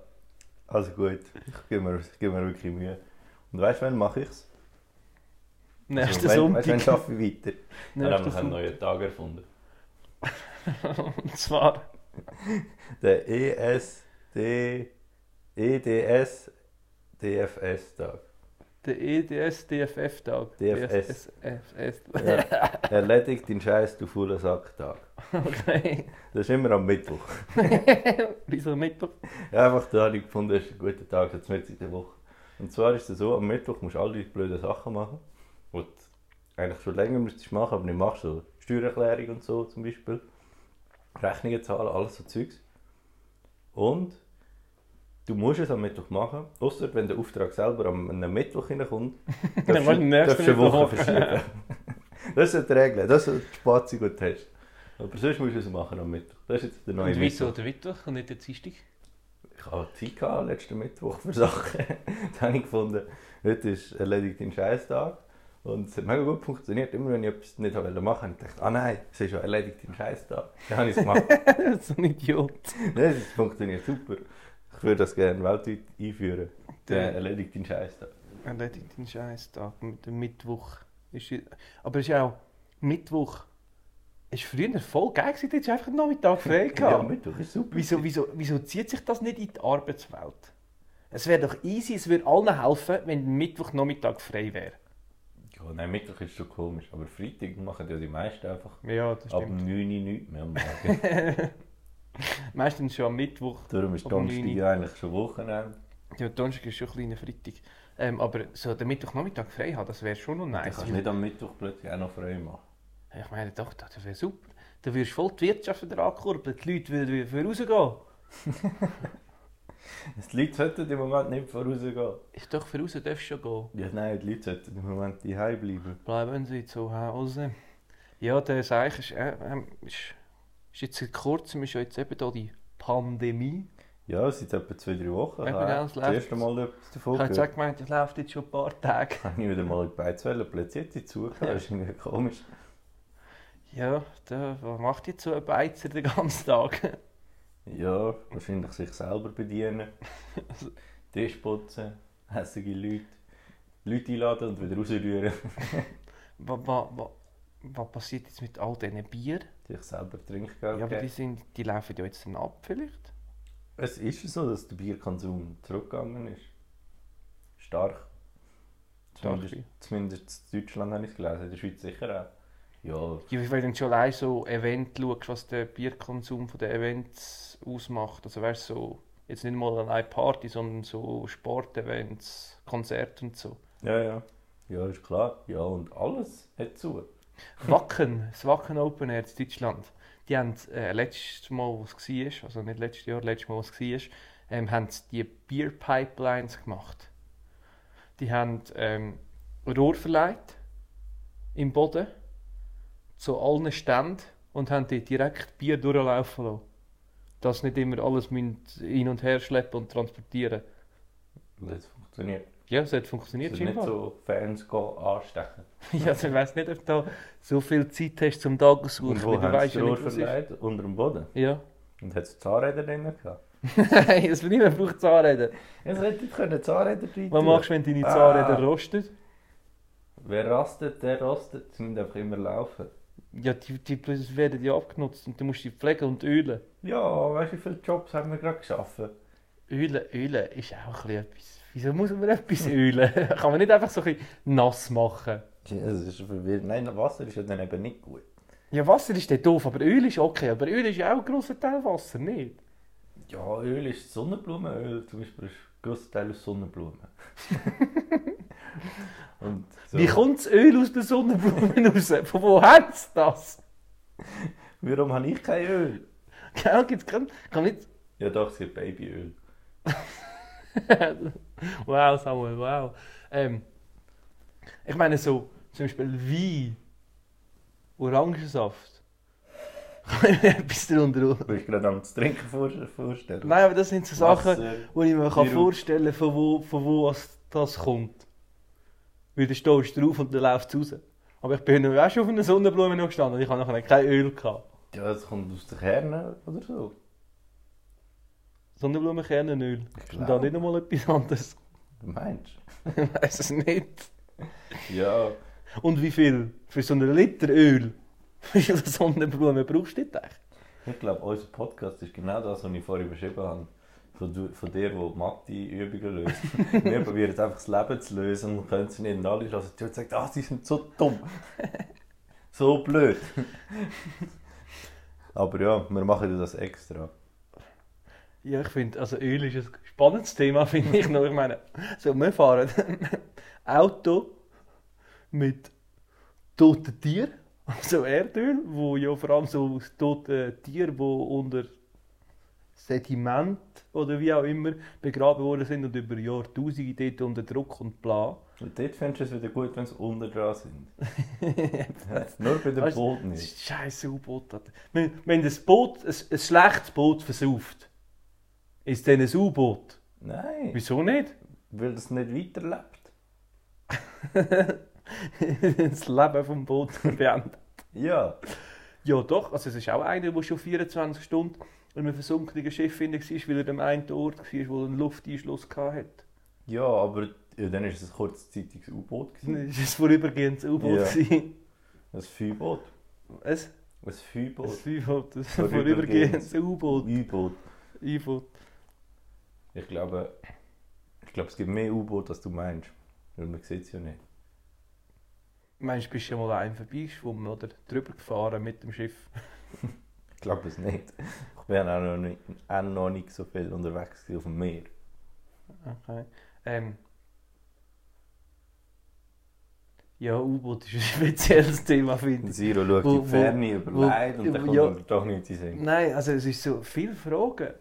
Speaker 1: also gut. Ich gebe mir, ich gebe mir wirklich Mühe. Und weißt du, wann mache ich es?
Speaker 2: Nächsten
Speaker 1: also, wenn- Weißt du, wann
Speaker 2: Sonntag.
Speaker 1: schaffe ich weiter? Dann haben
Speaker 2: Nächsten
Speaker 1: wir einen
Speaker 2: Sonntag.
Speaker 1: neuen Tag erfunden.
Speaker 2: Und zwar.
Speaker 1: Der E ESD, E EDS, DFS-Tag.
Speaker 2: Der E EDS-DFF-Tag.
Speaker 1: DFS.
Speaker 2: DFS.
Speaker 1: Ja. Erledigt deinen Scheiß, du fauler Sacktag.
Speaker 2: Okay.
Speaker 1: Das ist immer am Mittwoch.
Speaker 2: Wieso Mittwoch?
Speaker 1: Ja, einfach da habe ich gefunden, das ist ein guter Tag, jetzt mit in der Woche. Und zwar ist es so, am Mittwoch musst du all diese blöden Sachen machen. Und eigentlich schon länger müsstest du machen, aber nicht machst. So Steuererklärung und so zum Beispiel. Rechnungen zahlen, alles so Zeugs. Und du musst es am Mittwoch machen, außer wenn der Auftrag selber am einem Mittwoch reinkommt. darfst
Speaker 2: musst du
Speaker 1: du-
Speaker 2: den nächsten
Speaker 1: darfst du eine Woche
Speaker 2: Mittwoch
Speaker 1: verschieben. das sind die Regeln, das ist die Spazi, die du hast. Aber sonst musst du es machen am Mittwoch. Das ist jetzt der neue
Speaker 2: Und wieso
Speaker 1: Mittwoch.
Speaker 2: der Mittwoch und nicht der Dienstag?
Speaker 1: Ich hatte Zeit gehabt, letzten Mittwoch für Sachen. Dann habe ich gefunden, heute ist erledigt dein Scheißtag. Und es hat mega gut funktioniert. Immer wenn ich etwas nicht machen wollte, habe ich gedacht, ah nein, es ist ja erledigt dein Scheißtag. Dann habe ich es gemacht.
Speaker 2: so ein Idiot.
Speaker 1: nein, es funktioniert super. Ich würde das gerne weltweit einführen. Der erledigt dein Scheißtag.
Speaker 2: Erledigt den Scheißtag mit dem Mittwoch. Ist, ja- aber es ist ja auch Mittwoch. Ist früher voll geil gewesen, jetzt einfach den Nachmittag frei
Speaker 1: Ja,
Speaker 2: gehabt.
Speaker 1: Mittwoch ist super.
Speaker 2: wieso, wieso, wieso zieht sich das nicht in die Arbeitswelt? Es wäre doch easy, es würde allen helfen, wenn Mittwochnachmittag frei wäre.
Speaker 1: Ja, nein, Mittwoch ist schon komisch. Aber Freitag machen ja die meisten einfach
Speaker 2: Ja, das
Speaker 1: ab 9 Uhr nichts mehr am Morgen.
Speaker 2: Meistens schon am Mittwoch.
Speaker 1: Darum ist
Speaker 2: Ab 9 Uhr.
Speaker 1: Donnerstag eigentlich schon Wochenende.
Speaker 2: Ja, Donnerstag ist schon ein kleiner Freitag. Ähm, aber so den Mittwochnachmittag frei haben, das wäre schon noch
Speaker 1: Du
Speaker 2: nice.
Speaker 1: kannst nicht am Mittwoch plötzlich auch noch frei machen.
Speaker 2: Ich meine, doch, das wäre super. Dann würdest du voll die Wirtschaft wieder ankurbeln, die Leute würden wieder für rausgehen.
Speaker 1: Die Leute sollten im Moment nicht vorausgehen.
Speaker 2: Ich doch, für raus darfst du schon gehen.
Speaker 1: Ja, nein, die Leute sollten im Moment daheim bleiben.
Speaker 2: Bleiben Sie zu Hause. Ja, der Seich ist, äh, ähm, ist, ist jetzt seit kurzem ist ja jetzt eben da die Pandemie.
Speaker 1: Ja, seit etwa zwei, drei Wochen.
Speaker 2: Eben,
Speaker 1: habe
Speaker 2: ja,
Speaker 1: ich
Speaker 2: es
Speaker 1: das
Speaker 2: läuft.
Speaker 1: erste Mal etwas davon
Speaker 2: Ich
Speaker 1: gehört.
Speaker 2: habe jetzt auch gemeint, das läuft jetzt schon ein paar Tage.
Speaker 1: Habe ich wieder mal die Beizwelle platziert, die zugehört. Das ist irgendwie komisch.
Speaker 2: Ja, da, was macht jetzt so ein Beizer den ganzen Tag?
Speaker 1: Ja, wahrscheinlich sich selber bedienen. Tisch putzen, hässliche Leute. Leute einladen und wieder rausrühren.
Speaker 2: was, was, was, was passiert jetzt mit all diesen Bier?
Speaker 1: Sich selber Trinkgeld
Speaker 2: Ja, aber die,
Speaker 1: geben.
Speaker 2: sind, die laufen ja jetzt dann ab vielleicht.
Speaker 1: Es ist so, dass der Bierkonsum zurückgegangen ist. Stark.
Speaker 2: Stark,
Speaker 1: Zumindest,
Speaker 2: ja.
Speaker 1: zumindest in Deutschland habe ich es gelesen, in der Schweiz sicher auch. Ja,
Speaker 2: Ja, weil wenn du schon allein so Event schaust, was der Bierkonsum von den Events ausmacht, also weißt du, so, jetzt nicht mal allein Party, sondern so Sportevents, Konzerte und so.
Speaker 1: Ja, ja. Ja, ist klar. Ja, und alles hat zu.
Speaker 2: Wacken, das Wacken Open Air in Deutschland, die haben äh, letztes Mal, was es war, also nicht letztes Jahr, letztes Mal, was es war, ähm, haben sie die Beer Pipelines gemacht. Die haben ähm, Rohr verleiht im Boden zu allen Ständen und haben dort direkt Bier durchlaufen lassen. Dass nicht immer alles müssen hin und her schleppen und transportieren.
Speaker 1: Und das funktioniert.
Speaker 2: Ja, es hat funktioniert
Speaker 1: Jetzt nicht so Fans gehen anstechen.
Speaker 2: Ja, also ich weiß nicht, ob du da so viel Zeit hast zum Tagesuchen.
Speaker 1: Und wo
Speaker 2: weil Du
Speaker 1: haben sie
Speaker 2: weißt
Speaker 1: die
Speaker 2: ja
Speaker 1: Rohr
Speaker 2: nicht, was ist.
Speaker 1: verlegt? Unter dem Boden.
Speaker 2: Ja.
Speaker 1: Und hat es Zahnräder drin gehabt?
Speaker 2: Nein, das will ich nicht braucht Zahnräder.
Speaker 1: Es hätte können Zahnräder drin
Speaker 2: Was
Speaker 1: tun.
Speaker 2: machst du, wenn deine
Speaker 1: Ah.
Speaker 2: Zahnräder rosten?
Speaker 1: Wer rastet, der rastet. Sie müssen einfach immer laufen.
Speaker 2: Ja, die, die das werden ja abgenutzt und du musst die pflegen und ölen.
Speaker 1: Ja, weißt du, wie viele Jobs haben wir gerade geschaffen?
Speaker 2: Ölen, ölen ist auch ein bisschen etwas. Wieso muss man etwas ölen? Kann man nicht einfach so ein bisschen nass machen?
Speaker 1: Ja, das ist verwirrend. Nein, Wasser ist ja dann eben nicht gut.
Speaker 2: Ja, Wasser ist dann doof, aber Öl ist okay. Aber Öl ist ja auch ein grosser Teil Wasser, nicht?
Speaker 1: Ja, Öl ist Sonnenblumenöl. Zum Beispiel ist ein grosser Teil aus Sonnenblumen. Und so.
Speaker 2: Wie kommt das Öl aus den Sonnenblumen raus? Von wo haben sie das?
Speaker 1: Warum habe ich kein Öl?
Speaker 2: Genau, gibt's kein, kann man nicht...
Speaker 1: Ja doch, es gibt Babyöl.
Speaker 2: wow, Samuel, wow. Ähm, ich meine so, zum Beispiel Wein, Orangensaft. Kann ich mir etwas darunter...
Speaker 1: Du bist gerade am Trinken vor- vorstellen.
Speaker 2: Nein, aber das sind so Sachen...
Speaker 1: Wasser.
Speaker 2: wo ich mir kann
Speaker 1: Sirup.
Speaker 2: vorstellen kann, von wo, von wo as- das kommt. Weil dann stehst du drauf und dann läuft es raus. Aber ich bin ja auch schon auf einer Sonnenblume noch gestanden und ich habe nachher kein Öl. Gehabt.
Speaker 1: Ja, das kommt aus der Kerne oder so.
Speaker 2: Sonnenblumenkernenöl. Ist denn da
Speaker 1: glaub.
Speaker 2: nicht nochmal etwas anderes?
Speaker 1: Du meinst?
Speaker 2: ich weiß es nicht.
Speaker 1: Ja,
Speaker 2: Und wie viel für so einen Liter Öl, wie viele Sonnenblumen brauchst du denn eigentlich?
Speaker 1: ich glaube, unser Podcast ist genau das, was ich vorhin beschrieben habe. Von, du, von dir, wo Mathe-Übungen löst. Wir probieren jetzt einfach das Leben zu lösen und können sie nicht. Und alle hören zu und sagen, ah, sie sind so dumm. so blöd. Aber ja, wir machen das extra.
Speaker 2: Ja, ich finde, also Öl ist ein spannendes Thema, finde ich noch. Ich meine, so, wir fahren Auto mit toten Tieren, also Erdöl, wo ja vor allem so aus toten Tieren, wo unter Sediment oder wie auch immer begraben worden sind und über Jahrtausende dort unter Druck und bla.
Speaker 1: Und dort findest du es wieder gut, wenn sie unten dran sind. Nur bei den
Speaker 2: Weißt du,
Speaker 1: Booten
Speaker 2: Das
Speaker 1: nicht.
Speaker 2: ist scheiße U-Boot. Alter. Wenn, wenn das Boot, ein, ein schlechtes Boot versauft, ist dann ein U-Boot.
Speaker 1: Nein,
Speaker 2: Wieso nicht?
Speaker 1: weil das nicht weiterlebt.
Speaker 2: das Leben vom Boot beendet.
Speaker 1: Ja,
Speaker 2: Ja doch, also es ist auch einer, der schon 24 Stunden in einem versunkenen Schiff drin war, weil er am einen Ort war, wo er einen Lufteinschluss hatte.
Speaker 1: ja aber ja, dann war es ein kurzzeitiges U-Boot.
Speaker 2: Das war
Speaker 1: gewesen.
Speaker 2: ein vorübergehendes U-Boot.
Speaker 1: Ja.
Speaker 2: gewesen.
Speaker 1: Ein Feuerboot.
Speaker 2: Es-
Speaker 1: Ein
Speaker 2: Ein
Speaker 1: Feuerboot.
Speaker 2: U-Boot. Ein
Speaker 1: Vorübergehendes.
Speaker 2: vorübergehendes U-Boot.
Speaker 1: U-Boot.
Speaker 2: U-Boot.
Speaker 1: Ich glaube, ich glaube, es gibt mehr U-Boote, als du meinst. Weil man sieht es ja nicht.
Speaker 2: Meinst du, bist du schon mal einem vorbeigeschwommen oder drüber gefahren mit dem Schiff?
Speaker 1: Ich glaube es nicht. Ich bin auch noch nicht, auch noch nicht so viel unterwegs gewesen auf dem Meer.
Speaker 2: Okay. Ähm. Ja, U-Boot ist ein spezielles Thema, finde ich.
Speaker 1: Und Siro schaut
Speaker 2: Wo-
Speaker 1: in die Ferne
Speaker 2: wo-
Speaker 1: über Leid und
Speaker 2: wo-
Speaker 1: dann kommt
Speaker 2: ja.
Speaker 1: er doch nichts zu sehen.
Speaker 2: Nein, also es ist so viele Fragen.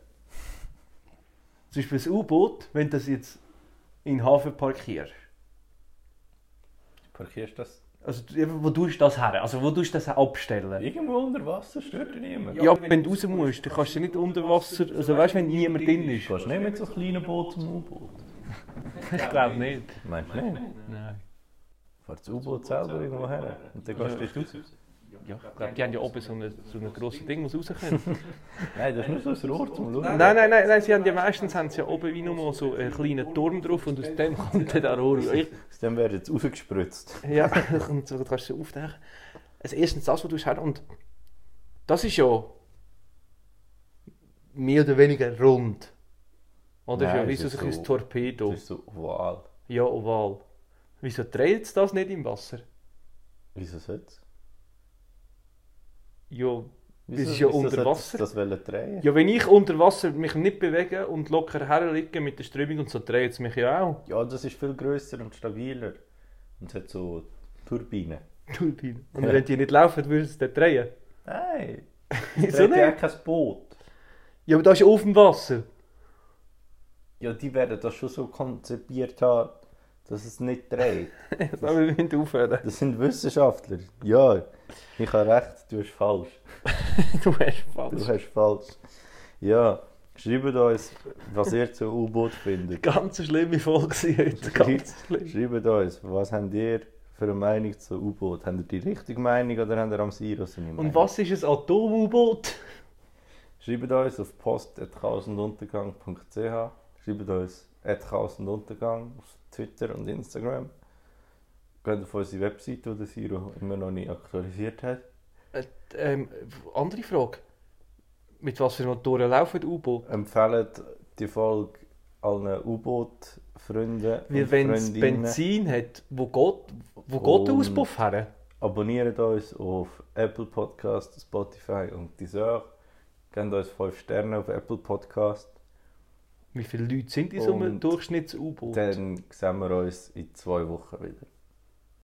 Speaker 2: Zum Beispiel das U-Boot, wenn du das jetzt in den Hafen parkierst.
Speaker 1: Parkierst du das?
Speaker 2: Also eben, wo tust du das her? Also wo tust du das abstellen?
Speaker 1: Irgendwo unter Wasser stört dich niemand.
Speaker 2: Ja, wenn du raus musst, dann kannst du nicht unter Wasser. Also weißt du, wenn niemand drin ist?
Speaker 1: Du gehst nicht mit so einem kleinen Boot zum U-Boot.
Speaker 2: Ich glaube nicht.
Speaker 1: Meinst du nicht?
Speaker 2: Nein.
Speaker 1: Fährt das U-Boot selber irgendwo her und dann gehst du dort raus.
Speaker 2: Ja, ich glaube, die haben ja oben so ein so eine grosses Ding, das rauskommt.
Speaker 1: Nein, das ist nur so ein Rohr zum Schauen.
Speaker 2: Nein, nein, nein, nein, sie haben ja meistens haben sie ja oben wie nur so einen kleinen Turm drauf und aus dem kommt dann der Rohr. Ich-
Speaker 1: Aus dem wird jetzt rausgespritzt.
Speaker 2: Ja, und so kannst du aufdenken. Also erstens das, was du hast, und das ist ja mehr oder weniger rund. Oder
Speaker 1: Nein,
Speaker 2: Nein,
Speaker 1: es
Speaker 2: ist
Speaker 1: ist
Speaker 2: ja wie so ein
Speaker 1: so-
Speaker 2: kleines Torpedo.
Speaker 1: Das ist so oval.
Speaker 2: Ja, oval. Wieso dreht es das nicht im Wasser?
Speaker 1: Wieso sollte
Speaker 2: Ja,
Speaker 1: Wieso-
Speaker 2: es ist ja
Speaker 1: wieso
Speaker 2: unter
Speaker 1: sollte
Speaker 2: Wasser.
Speaker 1: Das wollen drehen.
Speaker 2: ja, wenn ich unter Wasser mich nicht bewege und locker herliege mit der Strömung und so, dreht es mich ja auch.
Speaker 1: Ja, das ist viel grösser und stabiler. Und es hat so Turbinen.
Speaker 2: Turbine. Und wenn die nicht laufen, würde es dann drehen.
Speaker 1: Nein! Es
Speaker 2: Wieso
Speaker 1: hat ja
Speaker 2: nicht?
Speaker 1: kein Boot.
Speaker 2: Ja, aber das ist auf dem Wasser.
Speaker 1: Ja, die werden das schon so konzipiert haben, dass es nicht dreht.
Speaker 2: Jetzt wir müssen aufhören.
Speaker 1: Das sind Wissenschaftler. Ja, ich habe recht, du hast falsch.
Speaker 2: Du hast
Speaker 1: Du
Speaker 2: falsch.
Speaker 1: hast falsch. Ja, schreibt uns, was ihr zu U-Boot findet.
Speaker 2: Ganz eine schlimme Folge gewesen heute. Ganz schlimm.
Speaker 1: Schreibt uns, was habt ihr für eine Meinung zu U-Boot? Habt ihr die richtige Meinung oder habt ihr am Sirus eine Meinung?
Speaker 2: Und was ist ein Atom-U-Boot?
Speaker 1: Schreibt uns auf post.chaosunduntergang.ch Schreibt uns @chaosunduntergang auf Twitter und Instagram. Geht auf unsere Webseite, die der Siro immer noch nicht aktualisiert hat.
Speaker 2: Äh, ähm, andere Frage. Mit was für Motoren laufen U-Boot?
Speaker 1: Empfehlt die Folge allen U-Boot-Freunden und
Speaker 2: Weil wenn es
Speaker 1: Freundinnen.
Speaker 2: Benzin hat, wo geht, wo geht der
Speaker 1: Und-
Speaker 2: Auspuff her?
Speaker 1: Abonniert uns auf Apple Podcast, Spotify und Deezer. Gebt uns 5 Sterne auf Apple Podcast.
Speaker 2: Wie viele Leute sind in so einem
Speaker 1: Und
Speaker 2: Durchschnitts-U-Boot?
Speaker 1: Dann sehen wir uns in zwei Wochen wieder.